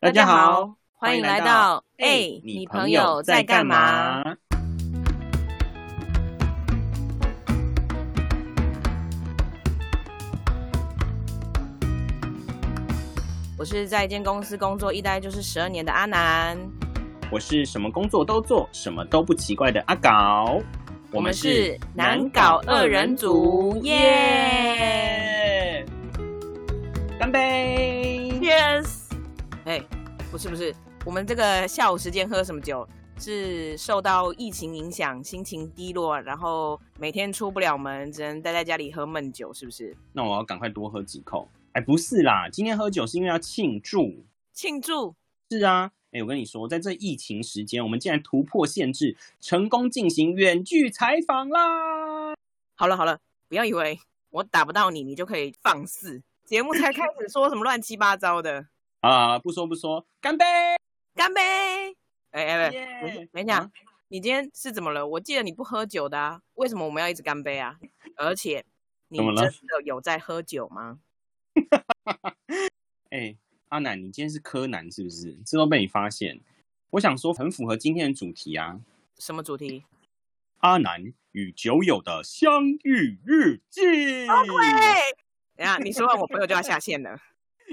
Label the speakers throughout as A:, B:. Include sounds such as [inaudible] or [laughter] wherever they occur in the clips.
A: 大家好，
B: 欢迎来到哎，你朋友在干嘛？？我是在一间公司工作一待就是十二年的阿南，
A: 我是什么工作都做，什么都不奇怪的阿搞。
B: 我们是难搞二人组耶！
A: 干杯！
B: Yes，哎，不是不是，我们这个下午时间喝什么酒？是受到疫情影响，心情低落，然后每天出不了门，只能待在家里喝闷酒，是不是？
A: 那我要赶快多喝几口。哎，不是啦，今天喝酒是因为要庆祝。
B: 庆祝
A: 是啊，哎，我跟你说，在这疫情时间，我们竟然突破限制，成功进行远距采访啦！
B: 好了好了，不要以为我打不到你，你就可以放肆。节目才开始说什么乱七八糟的，
A: 啊、不说不说，干杯！
B: 干杯！哎哎哎，等一下
A: 耶
B: 等一下
A: 啊，
B: 你今天是怎么了？我记得你不喝酒的啊，为什么我们要一直干杯啊？而且你
A: 怎么
B: 真
A: 了
B: 的有在喝酒吗？
A: 哎，阿南，你今天是柯南是不是？这都被你发现。我想说，很符合今天的主题啊。
B: 什么主题？
A: 阿南与酒友的相遇日记。嗯
B: 等一下你说完我朋友就要下线了。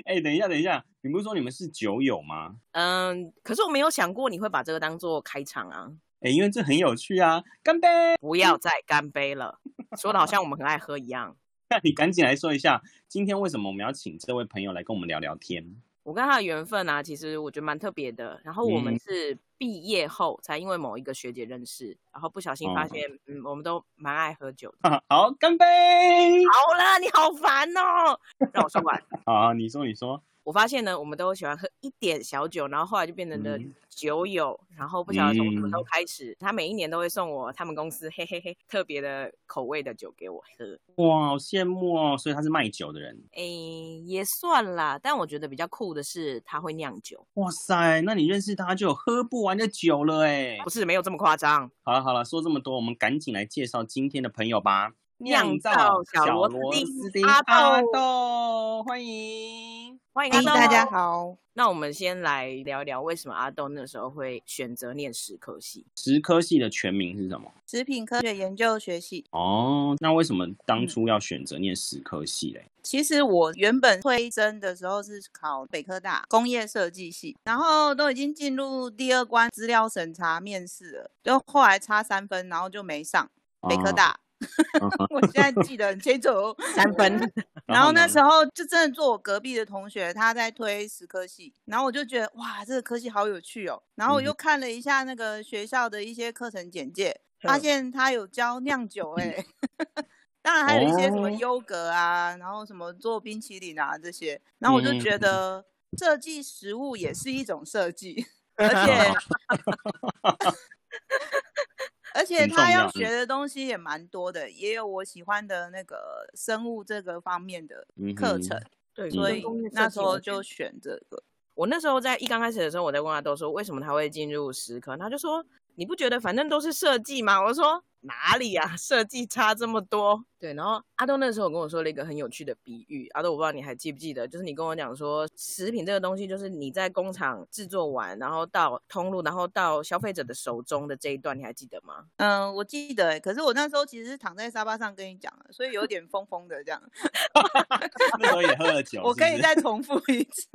A: 哎、等一下，等一下，你不是说你们是酒友吗？
B: 嗯，可是我没有想过你会把这个当做开场啊！
A: 哎、因为这很有趣啊！干杯！ [laughs]
B: 不要再干杯了，说的好像我们很爱喝一样。
A: 那你赶紧来说一下，今天为什么我们要请这位朋友来跟我们聊聊天？ [laughs]
B: 我跟他的缘分啊，其实我觉得蛮特别的。然后我们
A: 嗯
B: 是毕业后才因为某一个学姐认识，然后不小心发
A: 哦
B: 现，嗯，我们都蛮爱喝酒的。
A: 好，干杯！
B: 好了，你好烦哦，让我说完。
A: 好，你说，你说，
B: 我发现呢，我们都喜欢喝一点小酒，然后后来就变成了
A: 嗯
B: 酒友，然后不晓得从什么时候
A: 嗯
B: 开始，他每一年都会送我他们公司嘿嘿嘿特别的口味的酒给我喝，
A: 哇，好羡慕哦！所以他是卖酒的人。
B: 诶，也算啦，但我觉得比较酷的是他会酿酒，
A: 哇塞，那你认识他就有喝不完的酒了哎。
B: 不是没有这么夸张。
A: 好了好了，说这么多，我们赶紧来介绍今天的朋友吧。
B: 酿造小
A: 小
B: 螺丝
A: 螺
B: 钉
A: 丝钉
B: 阿
A: 阿
B: 豆
A: 豆，欢迎。
B: 欢迎阿
C: 嗨，
B: 豆，
C: 哎大家。好。
B: 那我们先来聊一聊为什么阿豆那时候会选择念史科系。
A: 十科系的全名是什么？
C: 食品科学研究学系，
A: 哦，那为什么当初要选择念十科系嘞？
C: 其实我原本推甄的时候是考北科大工业设计系，然后都已经进入第二关资料审查面试了，就后来差三分，然后就没上北科大。 [laughs]
A: 哦。
C: 我现在记得很清楚。
B: 三分，
C: 然后那时
A: 候，
C: 候就真的坐我隔壁的同学，他在推十科系，然后我就觉得哇，这个科系好有趣哦。然后我
A: 嗯
C: 又看了一下那个学校的一些课程简介，发
B: 嗯
C: 现他有教酿酒哎、 [laughs] 当然还有一些什么
A: 嗯哦
C: 优格啊，然后什么做冰淇淋啊这些，然后我就
A: 嗯
C: 觉得设计食物也是一种设
A: [laughs]
C: 计，而
A: 哦
C: 且而且
A: 很重
C: 他要
A: 要嗯
C: 学的东西也蛮多的，也有我喜欢的那个生物这个方面的
A: 嗯
C: 课
A: 哼
C: 程，
B: [laughs] 对
C: 所
B: 跟
C: 以
B: 工业设
C: 那
B: 计
C: 时
B: 完
C: 候
B: 全
C: 就选这个。
B: 我那时候在一刚开始的时候，我在问阿豆说为什么他会进入实科，他就说你不觉得反正都是设计吗？我说哪里啊，设计差这么多。对，然后阿豆那时候跟我说了一个很有趣的比喻，阿豆我不知道你还记不记得，就是你跟我讲说食品这个东西就是你在工厂制作完，然后到通路，然后到消费者的手中的这一段，你还记得吗？
C: 嗯，我记得欸，可是我那时候其实是躺在沙发上跟你讲的，所以有点疯疯的这样。
A: 那时候也喝了酒，
C: 我
A: 是不
C: 可以
A: 是
C: 再重复一次。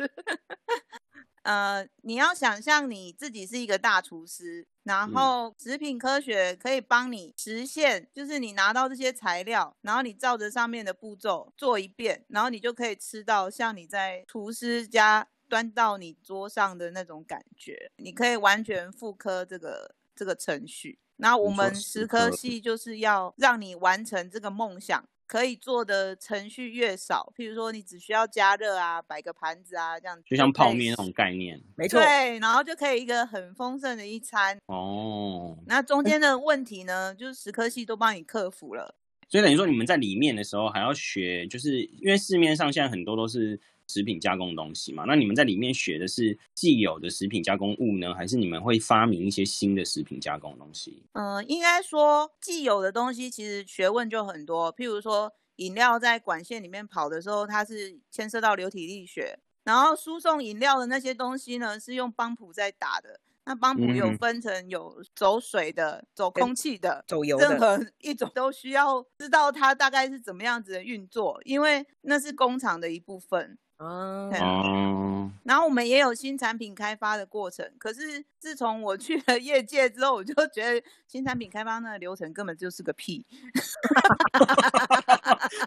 C: 呃，你要想象你自己是一个大厨师，然
A: 嗯
C: 后食品科学可以帮你实现，就是你拿到这些材料，然后你照着上面的步骤做一遍，然后你就可以吃到像你在厨师家端到你桌上的那种感觉。你可以完全复刻这个这个程序。然后我
A: 你说
C: 们
A: 食
C: 食科
A: 科
C: 系就是要让你完成这个梦想，可以做的程序越少，譬如说你只需要加热啊，摆个盘子啊，这样
A: 就像泡面那种概念
B: 没
C: 念对，然后就可以一个很丰盛的一餐。
A: 哦。
C: 那中间的问题呢，就是食科系都帮你克服了。
A: 所以等于说你们在里面的时候还要学，就是因为市面上现在很多都是食品加工的东西嘛，那你们在里面学的是既有的食品加工物呢，还是你们会发明一些新的食品加工的东西？
C: 嗯、应该说既有的东西其实学问就很多，譬如说饮料在管线里面跑的时候，它是牵涉到流体力学。然后输送饮料的那些东西呢，是用帮浦在打的。那帮浦有
A: 嗯
C: 分成有走水的、走
B: 跟
C: 空气的、
B: 走油
C: 任
B: 的，
C: 何一种都需要知道它大概是怎么样子的运作，因为那是工厂的一部分。
B: 嗯
C: 对
A: 哦，
C: 然后我们也有新产品开发的过程，可是自从我去了业界之后，我就觉得新产品开发那个流程根本就是个屁。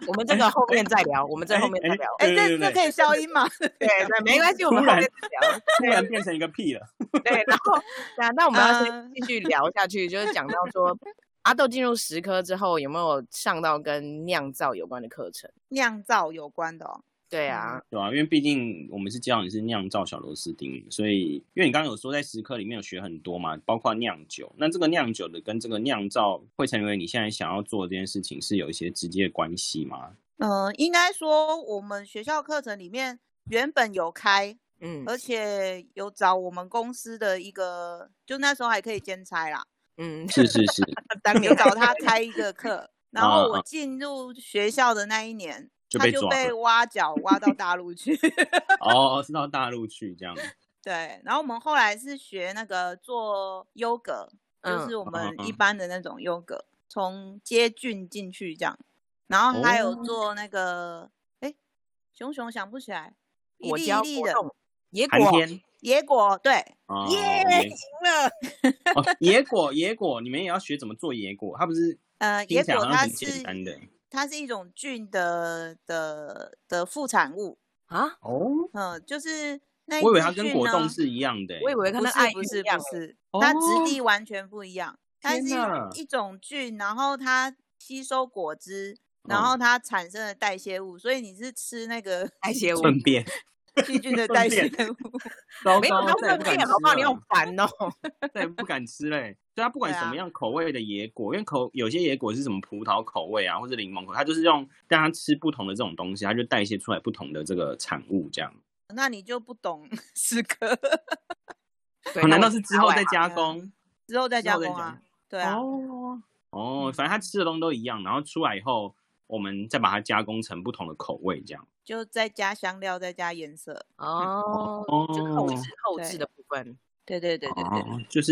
B: 我们这个后面再聊，我们这后面再聊。
C: 哎、
A: 对对
C: 这
A: 对
C: 这
A: 对
C: 可以消音吗？ [laughs]
B: 对对，没关系，我们
A: 哎突
B: 后
A: 然 [laughs]
B: 面再聊。
A: 突然变成一个屁了。
B: 对，然后对啊，那我们要先
C: 嗯
B: 继续聊下去，就是讲到说阿豆进入十科之后，有没有上到跟酿造有关的课程？
C: 酿造有关的哦。
B: 对啊，
A: 对啊，因为毕竟我们是教你是酿造小螺丝钉，所以因为你刚刚有说在食科里面有学很多嘛，包括酿酒，那这个酿酒的跟这个酿造会成为你现在想要做的这件事情是有一些直接的关系吗？
C: 嗯，应该说我们学校课程里面原本有开，
B: 嗯
C: 而且有找我们公司的一个，就那时候还可以兼
A: [laughs]
C: 差啦，
B: 嗯，
A: 是是是，
B: 当
C: 有
B: 年
C: 找他开一个课。然
A: 啊
C: 后我
A: 啊
C: 进入学校的那一年，
A: 就
C: 他
A: 被
C: 就
A: 抓
C: 被
A: 了
C: 挖角挖到大陆去。
A: 哦，是到大陆去这样。
C: 对，然后我们后来是学那个做优格，就
B: 嗯
C: 是我们一
A: 嗯
C: 般的那种优格，从接菌进去这样。然后还有
A: 哦
C: 做那个，哎、熊熊想不起来，一
B: 果
C: 粒
B: 胶
C: 一粒
B: 果
C: 的
B: 冻野果
A: 寒天
C: 野果，对，
A: 哦，
B: 耶
A: 野
B: 赢了，
A: 哦野果野果，你们也要学怎么做野果？它不是
C: 呃，
A: 听
C: 野
A: 起来
C: 果
A: 好像
C: 它
A: 很
C: 是
A: 简单的
C: 它是一种菌的的的副产物，
B: 啊！
A: 哦，
C: 嗯、就是那一
A: 我以为
C: 只
A: 它跟
C: 菌
A: 果冻
C: 呢
A: 是一样的欸。
B: 我以为
C: 不
B: 跟那
C: 是
B: 爱
C: 不
B: 玉
C: 是
B: 一样
C: 不是，它质地完全不一样，它
A: 哦天
C: 是
A: 哪
C: 一种菌，然后它吸收果汁，然
A: 嗯
C: 后它产生了代谢物，所以你是吃那
A: [laughs]
C: 个
B: 代谢物
A: 欸顺便，
C: 细菌的
A: 顺
C: 代谢
A: 便
C: 物。
A: 糟
B: 没有
A: 糕
B: 他
A: 再也
B: 们
A: 不
B: 变
A: 敢
B: 好不好？
A: 吃
B: 你
A: 了
B: 好烦哦。
A: 对，不敢吃嘞。所以它不管
C: 对
A: 什么
C: 啊
A: 样口味的野果，因为口有些野果是什么葡萄口味啊，或者柠檬口，它就是用让它吃不同的这种东西，它就代谢出来不同的这个产物，这样。
C: 那你就不懂诗歌，
A: [laughs]
B: 对
A: 哦难
B: 那
A: 道
B: 我
A: 是
B: 们
A: 之后
B: [laughs] 来
A: 再
B: 吧
A: 加
C: 对啊
A: 工？
C: 之后再
A: 之
C: 加
A: 后再
C: 工
A: 讲
C: 啊。对啊，
A: 哦哦，反正它吃的东西都一样，然后出来以后，我们再把它加工成不同的口味，这样。
C: 就再加香料，再加颜色。
A: [laughs]
B: 哦，就是后置后置
C: 对
B: 的部分。
C: 对对对对对，
A: 哦，就是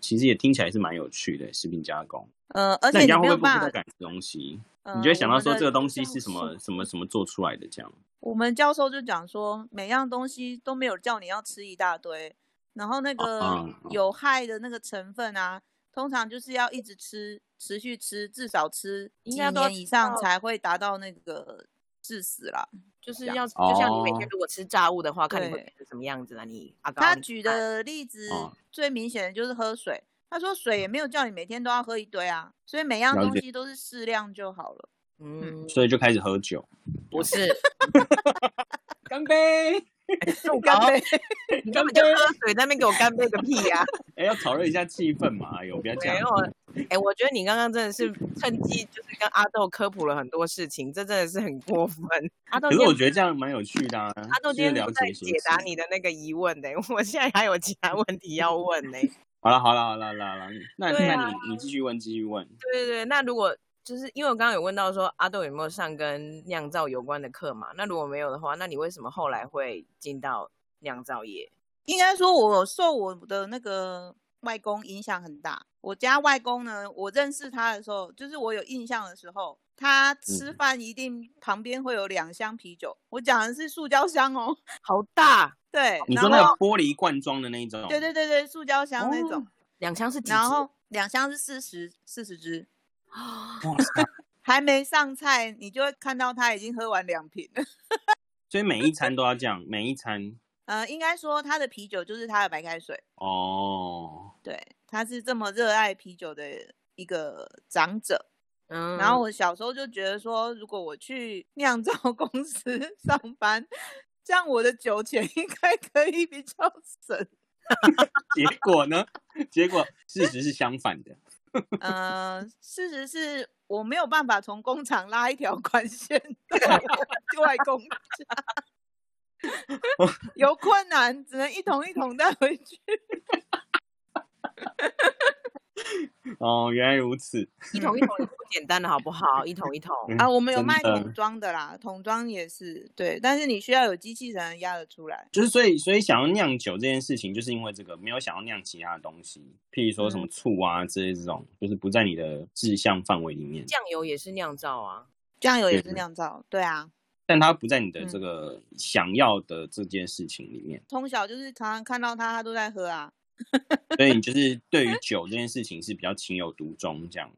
A: 其实也听起来是蛮有趣的，食品加工。
C: 呃，而
A: 哦那
C: 且
A: 你这
C: 你
A: 样
C: 没
A: 会
C: 有
A: 不会不太
C: 办法，
A: 敢吃东西？
C: 呃
A: 你就会想
C: 我
A: 到
C: 们
A: 说
C: 的
A: 这个东西
C: 教
A: 是什
C: 授
A: 么什么什么做出来的这样？
C: 我们教授就讲说，每样东西都没有叫你要吃一大堆，然后那个
A: 嗯嗯
C: 有害的那个成分啊，通常就是要一直吃，持续吃，至少吃
B: 应
C: 几
B: 该都要
C: 年以
B: 吃
C: 上
B: 到
C: 才会达到那个致死啦。
B: 就是
C: 这样
B: 要，就像你每天
A: 哦
B: 如果吃炸物的话，看你会
C: 对
B: 变成什么样子啊？你阿高，
C: 他
B: 你
C: 举
B: 看
C: 的例子
A: 哦
C: 最明显的就是喝水，他说水也没有叫你每天都要喝一堆啊，所以每样
A: 了
C: 东
A: 解
C: 西都是适量就好了。
B: 嗯，
A: 所以就开始喝酒。
B: 不是，
A: 干杯！
B: 树
C: 干
B: 高
C: 杯，
B: 哦 [laughs] 你根本就喝水在那边给我干杯个屁呀、
A: [laughs] 哎、要炒热一下气氛嘛，哎呦，不要这
B: 没
A: 样
B: 有。，哎、我觉得你刚刚真的是趁机就是跟阿豆科普了很多事情，这真的是很过分。阿豆
A: 可
B: 今
A: 是我
B: 天，
A: 觉得这样蛮有趣的、啊，
B: 阿豆
A: 就
B: 今
A: 是
B: 天
A: 了
B: 都在
A: 解学
B: 解答
A: 习。
B: 你的那个疑问呢、 [laughs] 我现在还有其他问题要问呢、
A: 好了好了好了好了好了，那、
B: 对啊
A: 那你你继续问继续问。
B: 对对对，那如果就是因为我刚刚有问到说阿豆有没有上跟酿造有关的课嘛？那如果没有的话，那你为什么后来会进到酿造业？
C: 应该说，我受我的那个外公影响很大。我家外公呢，我认识他的时候，就是我有印象的时候，他吃
A: 嗯
C: 饭一定旁边会有两箱啤酒。我讲的是塑胶箱哦， [laughs]
B: 好大，
C: 对，
A: 你
C: 然
A: 说那个
C: 后
A: 玻璃罐装的那一种，
C: 对对对对，塑胶箱那
A: 哦
C: 种，
B: 两箱是几只？
C: [laughs] 然后两箱是四十四十支，
A: 哇塞，
C: [laughs] 还没上菜，你就会看到他已经喝完两瓶了。
A: 所以每一餐都要这样，每一餐
C: 呃，应该说他的啤酒就是他的白开水，
A: 哦。
C: 对，他是这么热爱啤酒的一个长者。
B: 嗯，
C: 然后我小时候就觉得说，如果我去酿造 [laughs] 公司上班，这样我的酒钱应该可以比较省。
A: 结果呢？结果事实是相反的。
C: 呃，事实是我没有办法从工厂拉一条宽线到我外 [laughs] 公家，有困难只能一桶一桶带回去。
A: 哦，原来如此。
B: 一桶一桶也不简单的好不好？一桶一桶，
A: 嗯
C: 啊，我们有
A: 真
C: 卖
A: 的
C: 桶装的啦，桶装也是对，但是你需要有机器才能压得出来。
A: 就是所以所以想要酿酒这件事情，就是因为这个没有想要酿其他的东西，譬如说
C: 嗯
A: 什么醋啊之类这种，就是不在你的志向范围里面，
B: 酱油也是酿造啊。
C: 酱油也
A: 对
C: 是酿造，对啊，
A: 但它不在你的
C: 嗯
A: 这个想要的这件事情里面，
C: 从小就是常常看到他，他都在喝啊。
A: 所以你就是对于酒这件事情是比较情有独钟这样。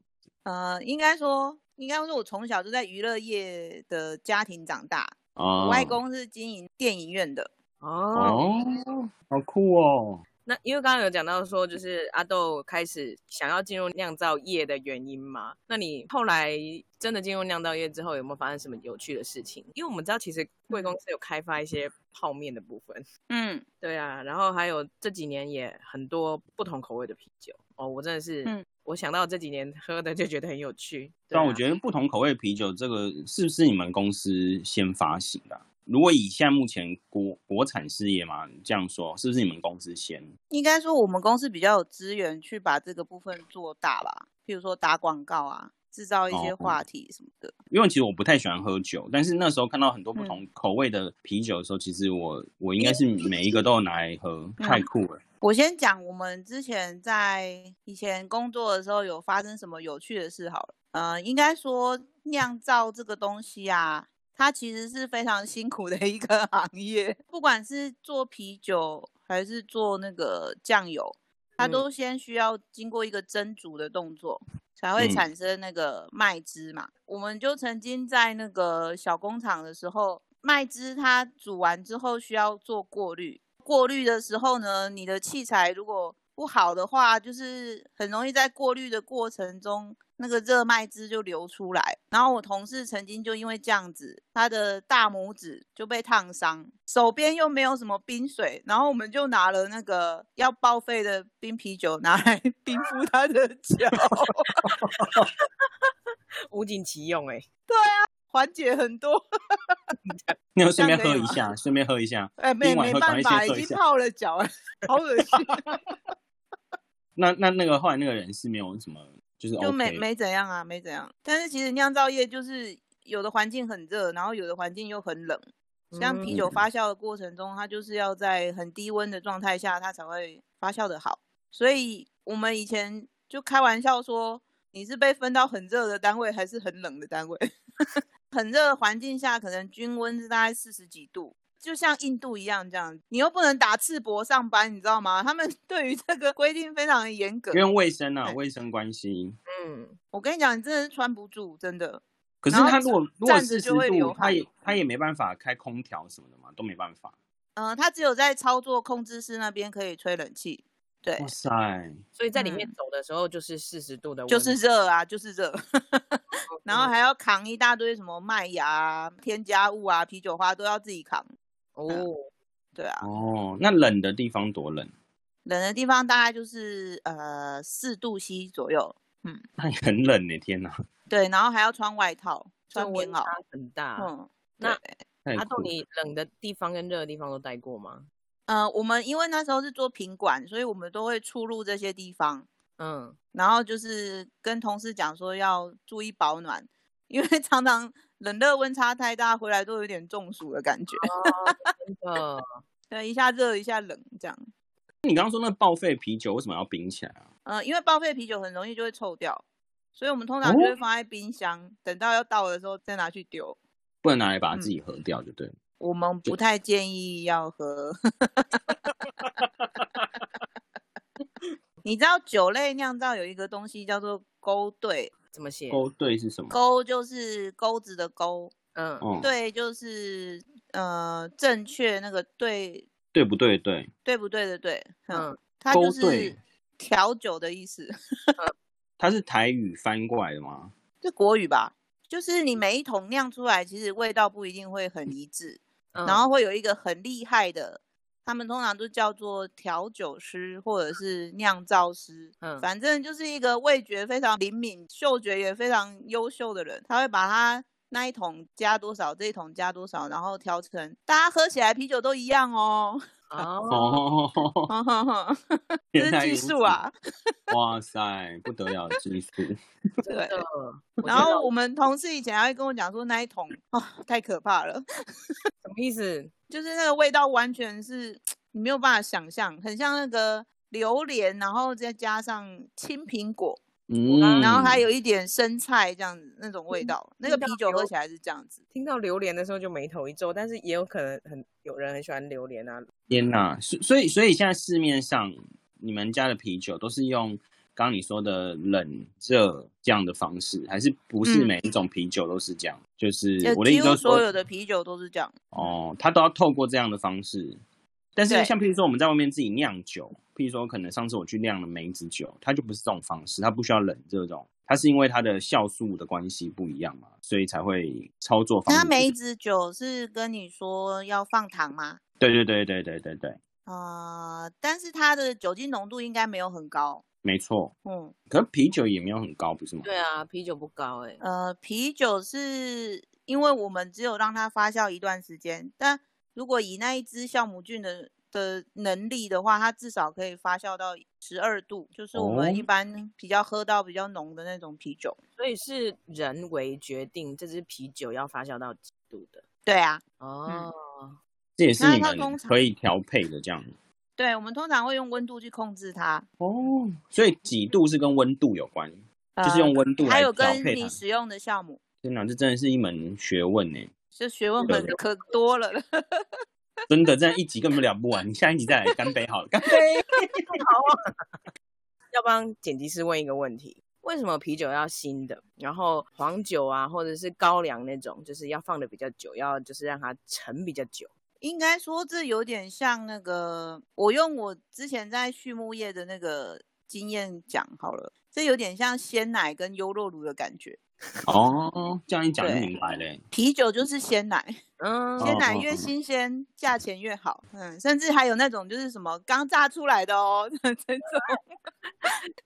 C: 呃，应该说，应该说，我从小就在娱乐业的家庭长大。
A: 哦，
C: 我外公是经营电影院的，
B: 哦，
A: 哦，好酷哦。
B: 那因为刚刚有讲到说，就是阿豆开始想要进入酿造业的原因嘛？那你后来真的进入酿造业之后，有没有发生什么有趣的事情？因为我们知道，其实贵公司有开发一些泡面的部分，
C: 嗯，
B: 对啊，然后还有这几年也很多不同口味的啤酒哦，我真的是，
C: 嗯
B: 我想到这几年喝的就觉得很有
A: [laughs]
B: 趣。
C: 啊
B: 啊
A: 但我
B: 得
A: 觉得不同口味啤酒这个是不是你们公司先发行的啊、如果以现在目前国国产事业嘛，这样说是不是你们公司先？
C: 应该说我们公司比较有资源去把这个部分做大吧，譬如说打广告啊，制造一些
A: 哦
C: 话题什么的。
A: 因为其实我不太喜欢喝酒，但是那时候看到很多不同口味的啤酒的时候，其实我我应该是每一个都有拿来喝，
C: 嗯
A: 太酷了。
C: 我先讲我们之前在以前工作的时候有发生什么有趣的事好了。呃，应该说酿造这个东西啊，它其实是非常辛苦的一个 [laughs] 行业，不管是做啤酒还是做那个酱油，它
B: 嗯
C: 都先需要经过一个蒸煮的动作。才会
A: 嗯
C: 产生那个麦汁嘛。我们就曾经在那个小工厂的时候，麦汁它煮完之后需要做过滤，过滤的时候呢，你的器材如果不好的话，就是很容易在过滤的过程中，那个热麦汁就流出来。然后我同事曾经就因为这样子，他的大拇指就被烫伤，手边又没有什么冰水，然后我们就拿了那个要报废的冰啤酒拿来 [laughs] 冰敷他的脚。
B: 物尽其用哎、
C: 缓解很多。
A: 那就顺便
C: 这样
A: 喝
C: 可以
A: 一下，顺便喝一下。
C: 哎，没
A: 冰完
C: 没
A: 以后赶
C: 办
A: 快
C: 法，
A: 先
C: 已
A: 喝一
C: 经
A: 下
C: 泡了脚了，好
A: [laughs]
C: 恶心，
A: 那那那个后来那个人是没有什么，就是 OK，
C: 就没没怎样啊，没怎样。但是其实酿造业就是有的环境很热，然后有的环境又很冷。像啤酒
A: 嗯
C: 发酵的过程中，它就是要在很低温的状态下，它才会发酵的好。所以我们以前就开玩笑说，你是被分到很热的单位，还是很冷的单位？ [laughs] 很热的环境下，可能均温是大概四十几度，就像印度一样这样。你又不能打赤膊上班，你知道吗？他们 [laughs] 对于这个规定非常的严格
A: 因。为卫生啊，
C: 对
A: 卫生关系。
B: 嗯，
C: 我跟你讲，你真的是穿不住，真的。
A: 可是
C: 然后
A: 他如果如果
C: 站着
A: 四十
C: 就会流
A: 度，他
C: 汗
A: 也他也没办法开空调什么的嘛，都没办法。
C: 嗯、它只有在操作控制室那边可以吹冷气，对
A: 哇，塞，
B: 所以在里面
C: 嗯
B: 走的时候就是四十度的温度，
C: 就是热啊，就是热。然后
B: 嗯
C: 还要扛一大堆什么麦芽、啊、添加物啊、啤酒花都要自己扛。
B: 哦，
C: 对啊，
A: 哦，那冷的地方多冷，
C: 冷的地方大概就是呃四度 C 左右。
A: 那也很冷呢、欸天哪，
C: 对，然后还要穿外套、
B: 这
C: [laughs] 穿棉
B: 温差
C: 袄。
B: 很大。
C: 嗯，
B: 那
C: 对
A: 太
B: 阿
A: 酷
B: 豆，
A: 了。
B: 你冷的地方跟热的地方都待过吗？
C: 呃，我们因为那时候是做品管，所以我们都会出入这些地方，
B: 嗯，
C: 然后就是跟同事讲说要注意保暖，因为常常冷热温差太大，回来都有点中暑的感觉。 [laughs]
B: 真的，
C: 对，一下热一下冷这样。
A: 你刚刚说那报废啤酒为什么要冰起来啊？
C: 呃，因为报废啤酒很容易就会臭掉，所以我们通常就
A: 哦
C: 会放在冰箱，等到要到的时候再拿去丢。
A: 不能拿来把它
C: 嗯
A: 自己喝掉就对了。
C: 我们不太建议要喝。 [laughs] 你知道酒类酿造有一个东西叫做勾兑，
B: 怎么写？
A: 勾兑是什么？
C: 勾就是钩子的钩，
B: 嗯，
A: 嗯，
C: 对就是呃正确那个对
A: 对不对？对，
C: 对不对的对，嗯，
B: 嗯
C: 它就
A: 勾兑
C: 是调酒的意思，
A: 它是台语翻过来的吗？
C: 这国语吧。就是你每一桶酿出来，其实味道不一定会很一致，
B: 嗯，
C: 然后会有一个很厉害的，他们通常都叫做调酒师或者是酿造师，
B: 嗯
C: 反正就是一个味觉非常灵敏、嗅觉也非常优秀的人，他会把他那一桶加多少，这一桶加多少，然后调成大家喝起来啤酒都一样哦。 [laughs]
B: 哦，
A: 哦，
C: 哼哼哼，
A: [laughs]
C: 这
A: 原来
C: 是技
A: 如
C: 术
A: 此
C: 啊，
A: 哇塞，不得了的技
C: [laughs]
A: 术，
C: 对。
B: 真的我
C: 然
B: 觉得
C: 后我们同事以前还会跟我讲说，那一桶哦太可怕了，
B: 什么意思？
C: 就是那个味道完全是你没有办法想象，很像那个榴莲，然后再加上青苹果，
A: 嗯，
C: 然后还有一点生菜这样子那种嗯味道。那个
B: 听到
C: 啤酒喝
B: 榴
C: 起来是这样子，
B: 听到榴莲的时候就眉头一皱，但是也有可能很有人很喜欢榴莲啊，
A: 天呐，所所以所以现在市面上你们家的啤酒都是用刚刚你说的冷热这样的方式，还是不是
C: 嗯
A: 每一种啤酒都是这样？就是
C: 就
A: 我的意
C: 几
A: 思
C: 乎
A: 就是说
C: 所有的啤酒都是这样。
A: 哦，它都要透过这样的方式。但是
C: 对
A: 像譬如说我们在外面自己酿酒，譬如说可能上次我去酿了梅子酒，它就不是这种方式，它不需要冷这种，它是因为它的酵素的关系不一样嘛，所以才会操作方式
C: 那
A: 不一
C: 梅
A: 样。
C: 子酒是跟你说要放糖吗？
A: 对对对对对对对，
C: 呃，但是它的酒精浓度应该没有很高。
A: 没错。
C: 嗯，
A: 可是啤酒也没有很高，不是吗？
B: 对啊，啤酒不高哎、
C: 呃，啤酒是因为我们只有让它发酵一段时间，但如果以那一只酵母菌的的能力的话，它至少可以发酵到十二度，就是我们一
A: 哦
C: 般比较喝到比较浓的那种啤酒。
B: 所以是人为决定这支啤酒要发酵到几度的
C: 对啊，
B: 哦。
A: 这也是
C: 那
A: 你
C: 它通
A: 们
C: 常
A: 可以调配的这样。
C: 对，我们通常会用温度去控制它，
A: 哦，所以几度是跟温度有关，就是
C: 呃
A: 用温度
C: 还
A: 来
C: 有
A: 调
C: 跟
A: 配
C: 你
A: 它。
C: 使用的酵母，
A: 天哪，这真的是一门学问欸呢！
C: 这学问
A: 对
C: 很
A: 对
C: 可多了。
A: 真的，这样一集根本聊不完。你下一集再来干杯好了，干
C: [laughs]
A: 杯。
B: 要帮剪辑师问一个问题：为什么啤酒要新的，然后黄酒啊，或者是高粱那种，就是要放的比较久，要就是让它陈比较久？
C: 应该说这有点像那个，我用我之前在畜牧业的那个经验讲好了，这有点像鲜奶跟优酪乳的感觉。
A: 哦，这样一讲就
C: 对
A: 明白欸嘞。
C: 啤酒就是鲜奶，
B: 嗯，
A: 哦
C: 鲜奶越新鲜，价钱越好。嗯，甚至还有那种就是什么刚榨出来的哦， [laughs] 这种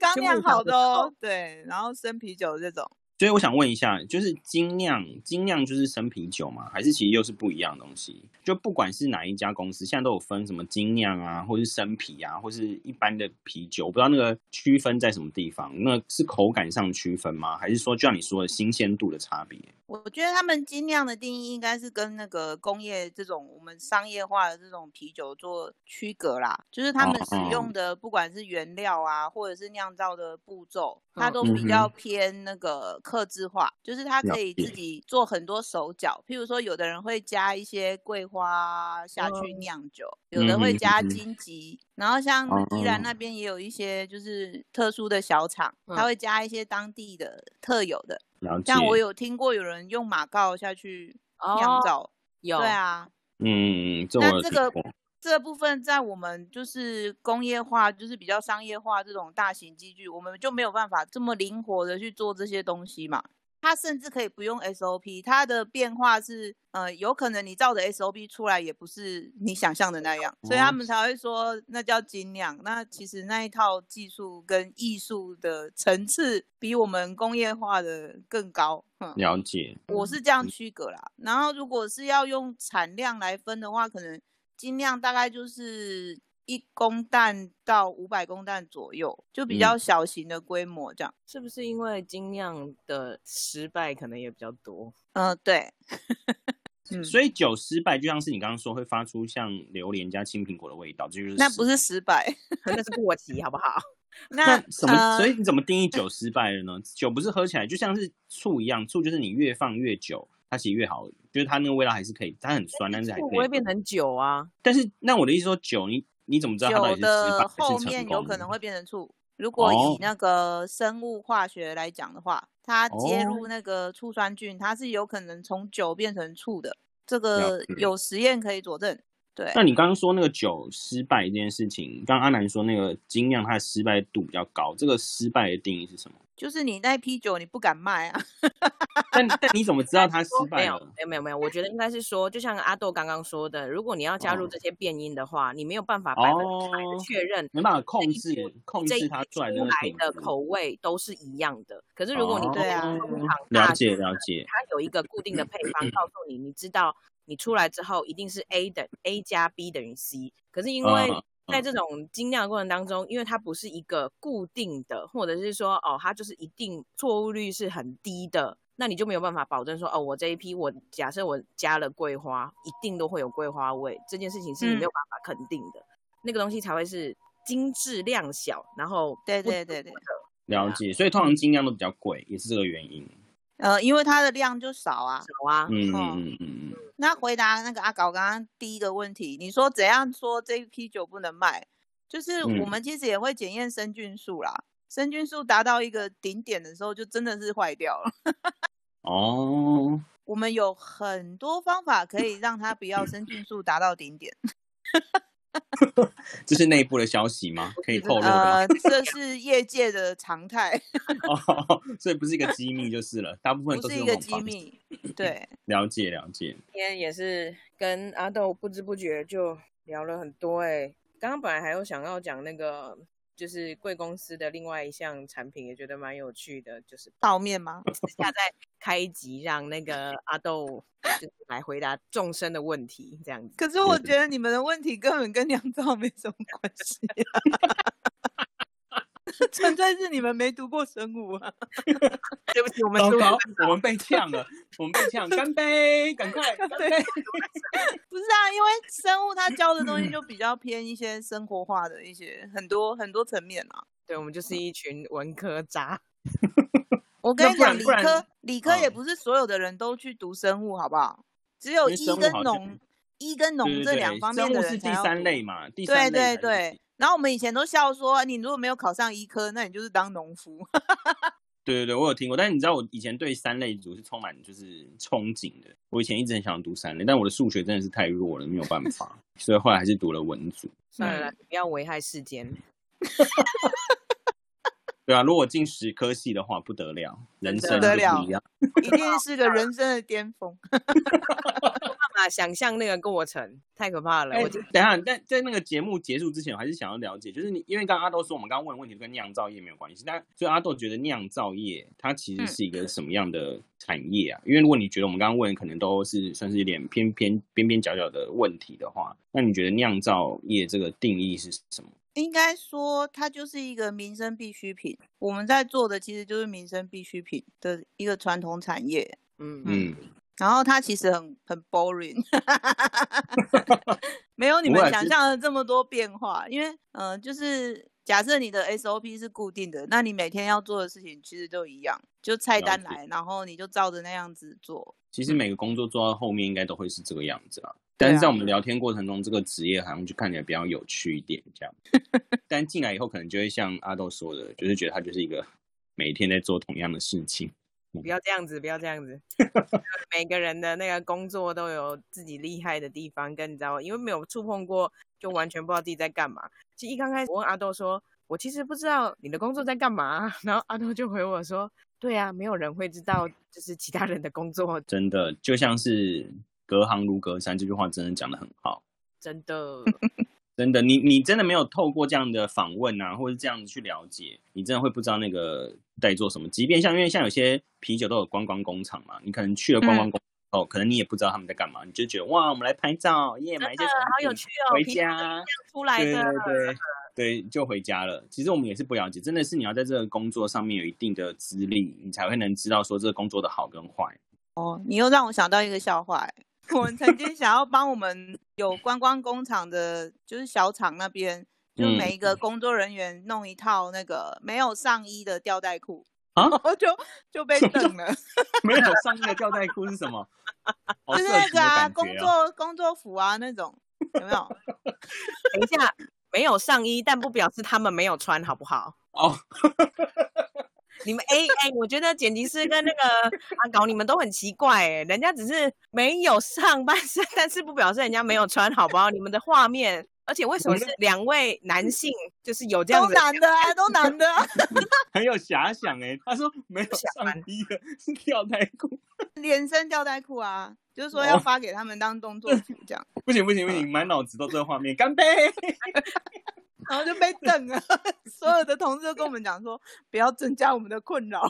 C: 刚
B: 就
C: 酿
B: 会想
C: 好
B: 得
C: 的哦，对，然后生啤酒这种。
A: 所以我想问一下，就是精酿，精酿就是生啤酒嘛，还是其实又是不一样的东西？就不管是哪一家公司，现在都有分什么精酿啊，或是生啤啊，或是一般的啤酒，我不知道那个区分在什么地方。那是口感上的区分吗？还是说就像你说的新鲜度的差别？
C: 我觉得他们精酿的定义应该是跟那个工业这种我们商业化的这种啤酒做区隔啦，就是他们使
A: 哦
C: 用的不管是原料啊，或者是酿造的步骤，它
B: 嗯
C: 都比较
A: 嗯
C: 偏那个克制化，就是它
A: 了
C: 可以自
A: 解
C: 己做很多手脚，譬如说有的人会加一些桂花啊下去
B: 嗯
C: 酿酒，有的会
A: 嗯嗯
C: 加
A: 嗯
C: 荆棘，然后像宜兰
A: 哦
C: 那边也有一些就是特殊的小厂，
B: 嗯
C: 它会加一些当地的特有的。
A: 了解。
C: 像我有听过有人用马告下去酿
B: 哦，
C: 造，
B: 有
C: 对，啊，
A: 嗯，这我
C: 那
A: 有
C: 这
A: 听
C: 个
A: 过
C: 这部分在我们就是工业化，就是比较商业化这种大型机具，我们就没有办法这么灵活的去做这些东西嘛。它甚至可以不用 SOP，它的变化是，呃，有可能你照着 SOP 出来也不是你想象的那样，所以他
A: 哦
C: 们才会说那叫精酿。那其实那一套技术跟艺术的层次比我们工业化的更高。嗯，
A: 了解。
C: 我是
A: 嗯
C: 这样区隔啦。然后如果是要用产量来分的话，可能精量大概就是一公担到五百公担左右，就比
A: 嗯
C: 较小型的规模这样。
B: 是不是因为精酿的失败可能也比较多？ [laughs]
C: 嗯、对。 [laughs] 嗯，
A: 所以酒失败，就像是你刚刚说会发出像榴莲加青苹果的味道，这就是
C: 嗯那
A: 失
C: 不是失
A: [laughs]
C: 败，
B: 那是过期，好不好？
A: 那
C: 那
A: 什么？所以
C: 呃、
A: 你怎么定义酒失败了呢？酒不是喝起来就像是醋一样，醋就是你越放越久，它其实越好，就是它那个味道还是可以，它很酸，但是还
B: 不
A: 可
B: 会
A: 以。
B: 变成酒啊。
A: 但是那我的意思说，酒你你怎么知道它到底
C: 酒
A: 是失败
C: 的
A: 还
C: 后
A: 是成
C: 面
A: 功？
C: 有可能会变成醋。如果以
A: 哦
C: 那个生物化学来讲的话，它接
A: 哦
C: 入那个醋酸菌，它是有可能从酒变成醋的。这个
A: 解
C: 有实验可以佐证。对，
A: 那你刚刚说那个酒失败这件事情，刚刚阿南说那个精酿它的失败度比较高，这个失败的定义是什么？
C: 就是你那批酒你不敢卖啊，
A: 但但你怎么知道它失
B: 说没
A: 败
B: 有，
A: 了？
B: 没有，没有，没有。我觉得应该是说，就像阿豆刚刚说的，如果你要加入
A: 哦
B: 这些变音的话，你没有办法百分之百
A: 哦
B: 的，确认
A: 没办法控
B: 你
A: 制控
B: 这一
A: 制
B: 批
A: 它
B: 出
A: 出来的那个
B: 来
A: 品
B: 的
A: 质
B: 口味都是一样的。可是如果你
A: 哦
C: 对啊
B: 工厂
A: 了
B: 大
A: 解
B: 师
A: 了解，
B: 它有一个固定的配
C: 嗯
B: 方告诉你，你知道你出来之后一定是 A 等 A 加 B 等于 C。可是因为
A: 嗯
B: 在这种精酿的过程当中，因为它不是一个固定的，或者是说哦，它就是一定错误率是很低的，那你就没有办法保证说哦，我这一批我假设我加了桂花，一定都会有桂花味，这件事情是你
C: 嗯
B: 没有办法肯定的，那个东西才会是精致量小，然后
C: 对
B: 不
C: 对
B: 同
C: 对对
B: 的
A: 了解，所以通常精酿都比较贵，也是这个原因。
C: 呃，因为它的量就少啊。
B: 少啊，
A: 嗯
C: 哦
A: 嗯嗯嗯嗯，
C: 那回答那个阿搞刚刚第一个问题，你说怎样说这一批酒不能卖？就是我
A: 嗯
C: 们其实也会检验生菌数啦，生菌数达到一个顶点的时候，就真的是坏掉了。
A: 哦，
C: 我们有很多方法可以让它不要生菌数达到顶点。
A: 这是内部的消息吗？可以透露的吗。
C: 呃，
A: [laughs]
C: 这是业界的常态，
A: 哦，所以不是一个机密就是了，大部分
C: 不
A: 都
C: 是
A: 用
C: 一
A: 这
C: 个
A: 种
C: 机
A: 方式。
C: 密。对，
A: 了解了解，
B: 今天也是跟阿豆不知不觉就聊了很多哎、刚刚本来还有想要讲那个，就是贵公司的另外一项产品，也觉得蛮有趣的，就是
C: 泡
A: [laughs]
C: 面吗？
B: 私下再开一集让那个阿豆就是来回答众生的问题，这样子。
C: 可是我觉得你们的问题根本跟酿造 [laughs] 没什么关系、啊， [laughs] 纯粹是你们没读过生物
A: [laughs]
C: 啊。
B: 对不起，我们
A: 糟
B: 是
A: 糕，我们被呛了，我们被呛，干杯，赶
C: [laughs]
A: 快，干杯！
C: 不是啊，因为生物它教的
A: 嗯
C: 东西就比较偏一些生活化的一些很多很多层面啊。
B: 对，我们就是一群文科渣。
C: 我跟
A: 那
C: 你
A: 不然
C: 讲，理
A: 不然
C: 科理科也
A: 嗯
C: 不是所有的人都去读生物，好不好？只有
A: 因为
C: 医
A: 生物
C: 跟
A: 好像
C: 农、医跟农
A: 对对
C: 这
A: 对，
C: 两方面
A: 生
C: 的
A: 物
C: 人
A: 是
C: 才
A: 第
C: 要
A: 三
C: 读
A: 类嘛，第
C: 对
A: 三类才
C: 对
A: 是
C: 对，然后我们以前都笑说，你如果没有考上医科，那你就是当农夫。
A: 对对对，我有听过，但是你知道我以前对三类组是充满就是憧憬的。我以前一直很想读三类，但我的数学真的是太弱了，没有办法，所以后来还是读了文组。
B: 算了啦，不要危害世间。
A: 对啊，如果进十科系的话，不得了，人
B: 真
A: 生就
C: 的
A: 不
C: 了
A: 一样。
C: 一定
A: [laughs]
C: 是个人生的巅峰。
B: 啊，想象那个过程太可怕了。
A: 哎
B: 我就
A: 等一下，在在那个节目结束之前，我还是想要了解，就是你，因为刚刚阿豆说我们刚刚问的问题跟酿造业没有关系，但所以阿豆觉得酿造业它其实是一个什么样的产业啊？因为如果你觉得我们刚刚问的可能都是算是有点偏偏边边角角的问题的话，那你觉得酿造业这个定义是什么？
C: 应该说，它就是一个民生必需品。我们在做的其实就是民生必需品的一个传统产业。
B: 嗯嗯，
A: 嗯，
C: 然后它其实很很 boring，没有你
A: 不
C: 们
A: 会啊
C: 想
A: 是
C: 象的这么多变化。因为，嗯、就是假设你的 SOP 是固定的，那你每天要做的事情其实都一样，就菜
A: 了
C: 单
A: 解
C: 来，然后你就照着那样子做。
A: 其实每个工作做到后面应该都会是这个样子啦。
C: 嗯对啊
A: 但是在我们聊天过程中，这个职业好像就看起来比较有趣一点，
C: [laughs]
A: 这样。但进来以后，可能就会像阿豆说的，就是觉得他就是一个每天在做同样的事情。
B: 不要这样子，不要这
A: [laughs]
B: 样子。每个人的那个工作都有自己厉害的地方，跟你知道吗，因为没有触碰过，就完全不知道自己在干嘛。其实一刚开始我问阿豆说，我其实不知道你的工作在干嘛，啊然后阿豆就回我说，对啊，没有人会知道，就是其他人的工作
A: 真的就像是“隔行如隔山”这句话，真的讲得很好。[laughs]
B: 真的
A: 真的，你你真的没有透过这样的访问啊，或者这样子去了解，你真的会不知道那个在做什么。即便像因为像有些啤酒都有观光工厂嘛，你可能去了观
C: 嗯
A: 光工厂后，可能你也不知道他们在干嘛，你就觉得哇，我们来拍照，耶，买一些
B: 好
A: 产
B: 有
A: 品
B: 趣哦，
A: 回
B: 皮肤就是这
A: 家
B: 样，出来
A: 对
B: 的，
A: 对对对，就回家了。其实我们也是不了解，真的是你要在这个工作上面有一定的资历，你才会能知道说这个工作的好跟坏。 [laughs]
C: 哦，你又让我想到一个笑话、欸。我们曾经想要帮我们有观光工厂的，就是小厂那边，就
A: 嗯
C: 每一个工作人员弄一套那个没有上衣的吊带裤，
A: 啊
C: 然后就就被瞪了。
A: 没有上衣的吊带裤是什么？好
C: [laughs] 就是
A: 色
C: 那
A: 情
C: 个
A: 的
C: 啊，
A: 感
C: 工
A: 觉哦
C: 作工作服啊那种，有没有？
B: 等一下没有上衣，但不表示他们没有穿，好不好？
A: 哦，
B: 你们哎哎、我觉得剪辑师跟那个阿搞你们都很奇怪哎、人家只是没有上半身，但是不表示人家没有穿，好不好？你们的画面，而且为什么是两位男性，就是有这样
C: 都
B: 子的
C: 男的啊，都男
A: [laughs]
C: 的、啊，
A: 很有遐想哎、他说没有上衣的是吊带裤，
C: 连身吊带裤啊，就是说要
A: 哦
C: 发给他们当
A: [laughs]
C: 动作服这样，
A: 不行不行不行，满脑子都这个画面，干杯！
C: 然后就被瞪了。 [laughs] 所有的同事都跟我们讲说，不要增加我们的困扰。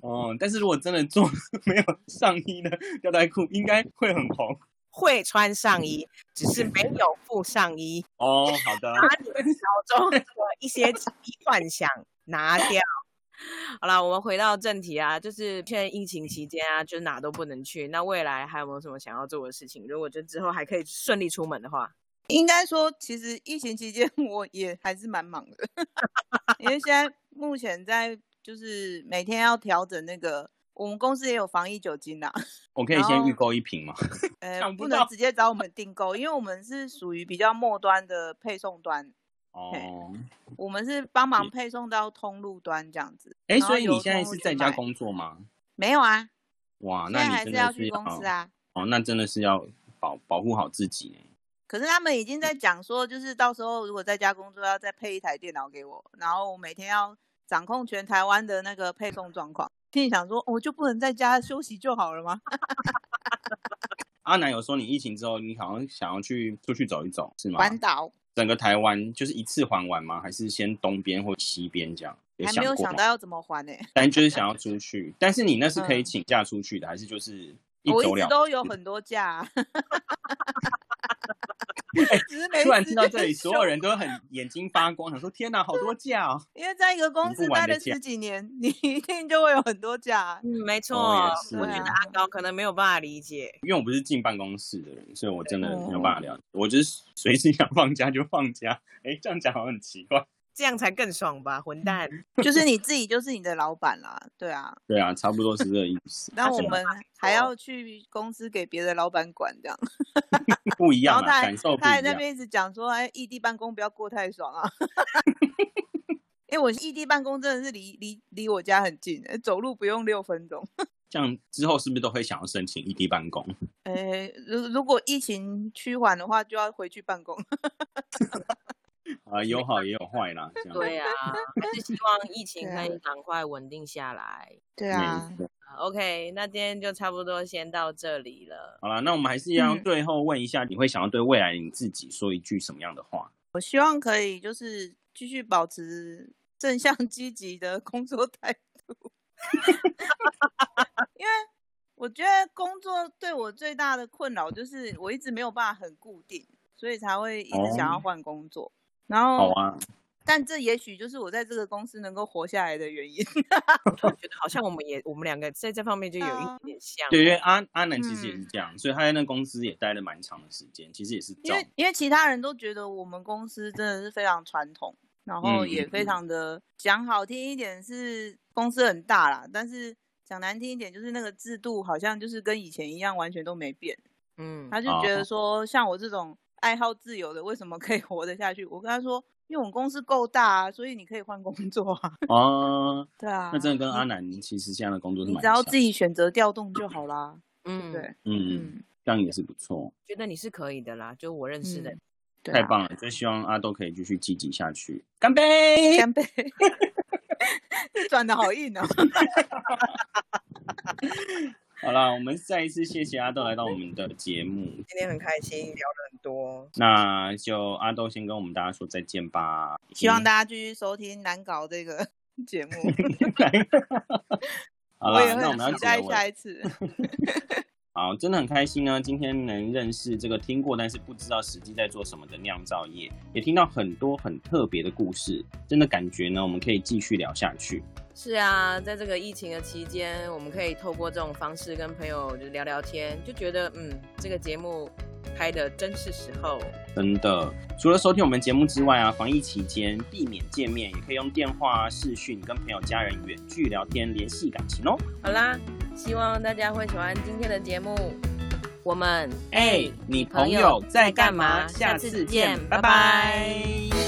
A: 哦，但是如果真的做没有上衣的吊带裤，应该会很红。
B: 会穿上衣，只是没有附上衣。
A: 哦，好的，
B: 把你们脑中的一些奇异幻想拿掉。好了，我们回到正题啊，就是现在疫情期间啊，就是哪都不能去。那未来还有没有什么想要做的事情？如果就之后还可以顺利出门的话，
C: 应该说，其实疫情期间 [laughs] 我也还是蛮
A: [laughs]
C: 忙的，因为现在目前在就是每天要调整那个，我们公司也有防疫酒精啦，
A: 我可以先
C: 后
A: 预购一瓶吗？
C: [laughs] 呃，
A: 想不
C: 不能
A: 到
C: 直接找我们订购，因为我们是属于比较末端的配送端，
A: 哦，
C: 我们是帮忙
A: 也
C: 配送到通路端这样子。
A: 哎，
C: 然后
A: 所以你
C: 由
A: 现在
C: 通路
A: 是
C: 去
A: 在家
C: 买？
A: 工作吗？
C: 没有啊，
A: 哇，
C: 现
A: 那
C: 在
A: 你
C: 还
A: 真
C: 是
A: 的是
C: 去公司啊。
A: 哦，那真的是要保保护好自己呢。欸
C: 可是他们已经
A: 嗯
C: 在讲说，就是到时候如果在家工作，要再配一台电脑给我，然后我每天要掌控全台湾的那个配送状况。心里想说，我、就不能在家休息就好了吗？
A: 阿南有说你疫情之后，你好像想要去出去走一走，是吗？
C: 环岛
A: 整个台湾就是一次环完吗？还是先东边或西边这样？
C: 还没有
A: 过
C: 想
A: 吗
C: 到要怎么环呢、
A: 但就是想要出去，但是你那是可以
C: 嗯
A: 请假出去的，还是就是一
C: 我
A: 走
C: 一
A: 了嗯之？
C: 直都有很多假、
A: [laughs]
C: 啊，只是没
A: 哎突然
C: 时
A: 听到
C: [laughs]
A: 这里，
C: 间
A: 所有人都很眼睛发光，想说：“天哪，好多假哦
C: 因为在一个公
A: 不
C: 司
A: 玩
C: 待
A: 的
C: 了
A: 假
C: 十几年，你 [laughs] 一定就会有很多假啊。
B: 嗯，没错，
A: 哦也是
B: 我觉得阿高可能没有办法理解！”。
A: 因为我不是进办公室的人，所以我真的没有
C: 嗯
A: 办法聊。我就是随时想放假就放假。哎，这样讲好像很奇怪。
B: 这样才更爽吧，混蛋！
C: 就是你自己就是你的老板啦，对
A: [laughs]
C: 啊。。
A: 对啊，差不多是这个意思
C: [laughs]
A: 啊
C: 那
B: 是
C: 我
A: 真的
C: 们还要去公司给别的老板管这样，
A: 不一
C: 然
A: 样
C: 后他
A: 啊，
C: 还
A: 感受不
C: 他还
A: 一
C: 在那
A: 样。
C: 边一直讲说，哎，异地办公不要过太爽啊。 [laughs] 因为我异地办公真的是离离离我家很近，哎走路不用六分钟。
A: 这样之后是不是都会想要申请异地办公？
C: 哎，如如果疫情趋缓的话，就要回去办公。 [laughs]
A: 啊、有好也有坏啦。这样
B: [laughs] 对啊，还是希望疫情
C: 对
B: 可
C: 啊
B: 以赶快稳定下来。
C: 对
A: 没
C: 啊，
A: 错
B: OK，那今天就差不多先到这里了。
A: 好啦，那我们还是要
C: 嗯
A: 最后问一下，你会想要对未来你自己说一句什么样的话？
C: 我希望可以就是继续保持正向 [laughs] 积极的工作态度，因为我觉得工作对我最大的困扰就是我一直没有办法很固定，所以才会一直想要
A: 哦
C: 换工作。然后，
A: 好啊，
C: 但这也许就是我在这个公司能够活下来的原因。
B: 我突然觉得好像我们也我们两个在这方面就有
C: 啊
B: 一点像。
A: 对，因为阿阿南其实也是
C: 嗯
A: 这样，所以他在那公司也待了蛮长的时间，其实也是
C: 因
A: 照
C: 为因为其他人都觉得我们公司真的是非常传统，然后
A: 嗯
C: 也
A: 嗯
C: 非
A: 嗯
C: 常的讲好听一点是公司很大啦，但是讲难听一点就是那个制度好像就是跟以前一样完全都没变。
B: 嗯，
C: 他就觉
A: 哦
C: 得说像我这种爱好自由的，为什么可以 [laughs] 活得下去？我跟他说，因为我们公司够大、啊，所以你可以换工作啊。 [laughs]
A: 哦，
C: 对啊，
A: 那真的跟
C: 你
A: 阿南其实现在的工作是
C: 你
A: 蛮
C: 只要
A: 像
C: 自己选择调动就好啦，对
B: 嗯
C: 不，对？
A: 嗯，
C: 嗯，
A: 这样也是不错，
B: 觉得你是可以的啦，就我认识的
C: 嗯。对
A: 太
C: 啊，
A: 棒了！就希望阿豆可以继续积极下去，干杯！
C: [laughs] 干杯！这转的好硬哦。
A: 好啦，我们再一次谢谢阿豆来到我们的节目，
B: 今天很开心，聊了很多。
A: 那就阿豆先跟我们大家说再见
C: [laughs]
A: 吧， [laughs]
C: 希望
A: 大
C: 大家继续收听难搞这个 [laughs]
A: [laughs]
C: 节目，
A: 好
C: 我也
A: 啦，
C: 会
A: 那我们
C: 很
A: 要
C: 期
A: 结
C: 待
A: 尾
C: 下一次。
A: 好，真的很开心呢。今天能认识这个听过但是不知道实际在做什么的酿造业，也听到很多很特别的故事，真的感觉呢，我们可以继续聊下去。
B: 是啊，在这个疫情的期间，我们可以透过这种方式跟朋友就聊聊天，就觉得嗯，这个节目拍的真是时候。
A: 真的，除了收听我们节目之外啊，防疫期间避免见面，也可以用电话、啊视讯跟朋友、家人远距聊天，联系感情哦。
B: 好啦，希望大家会喜欢今天的节目。我们
A: 哎，你朋友在干嘛？下次见，拜拜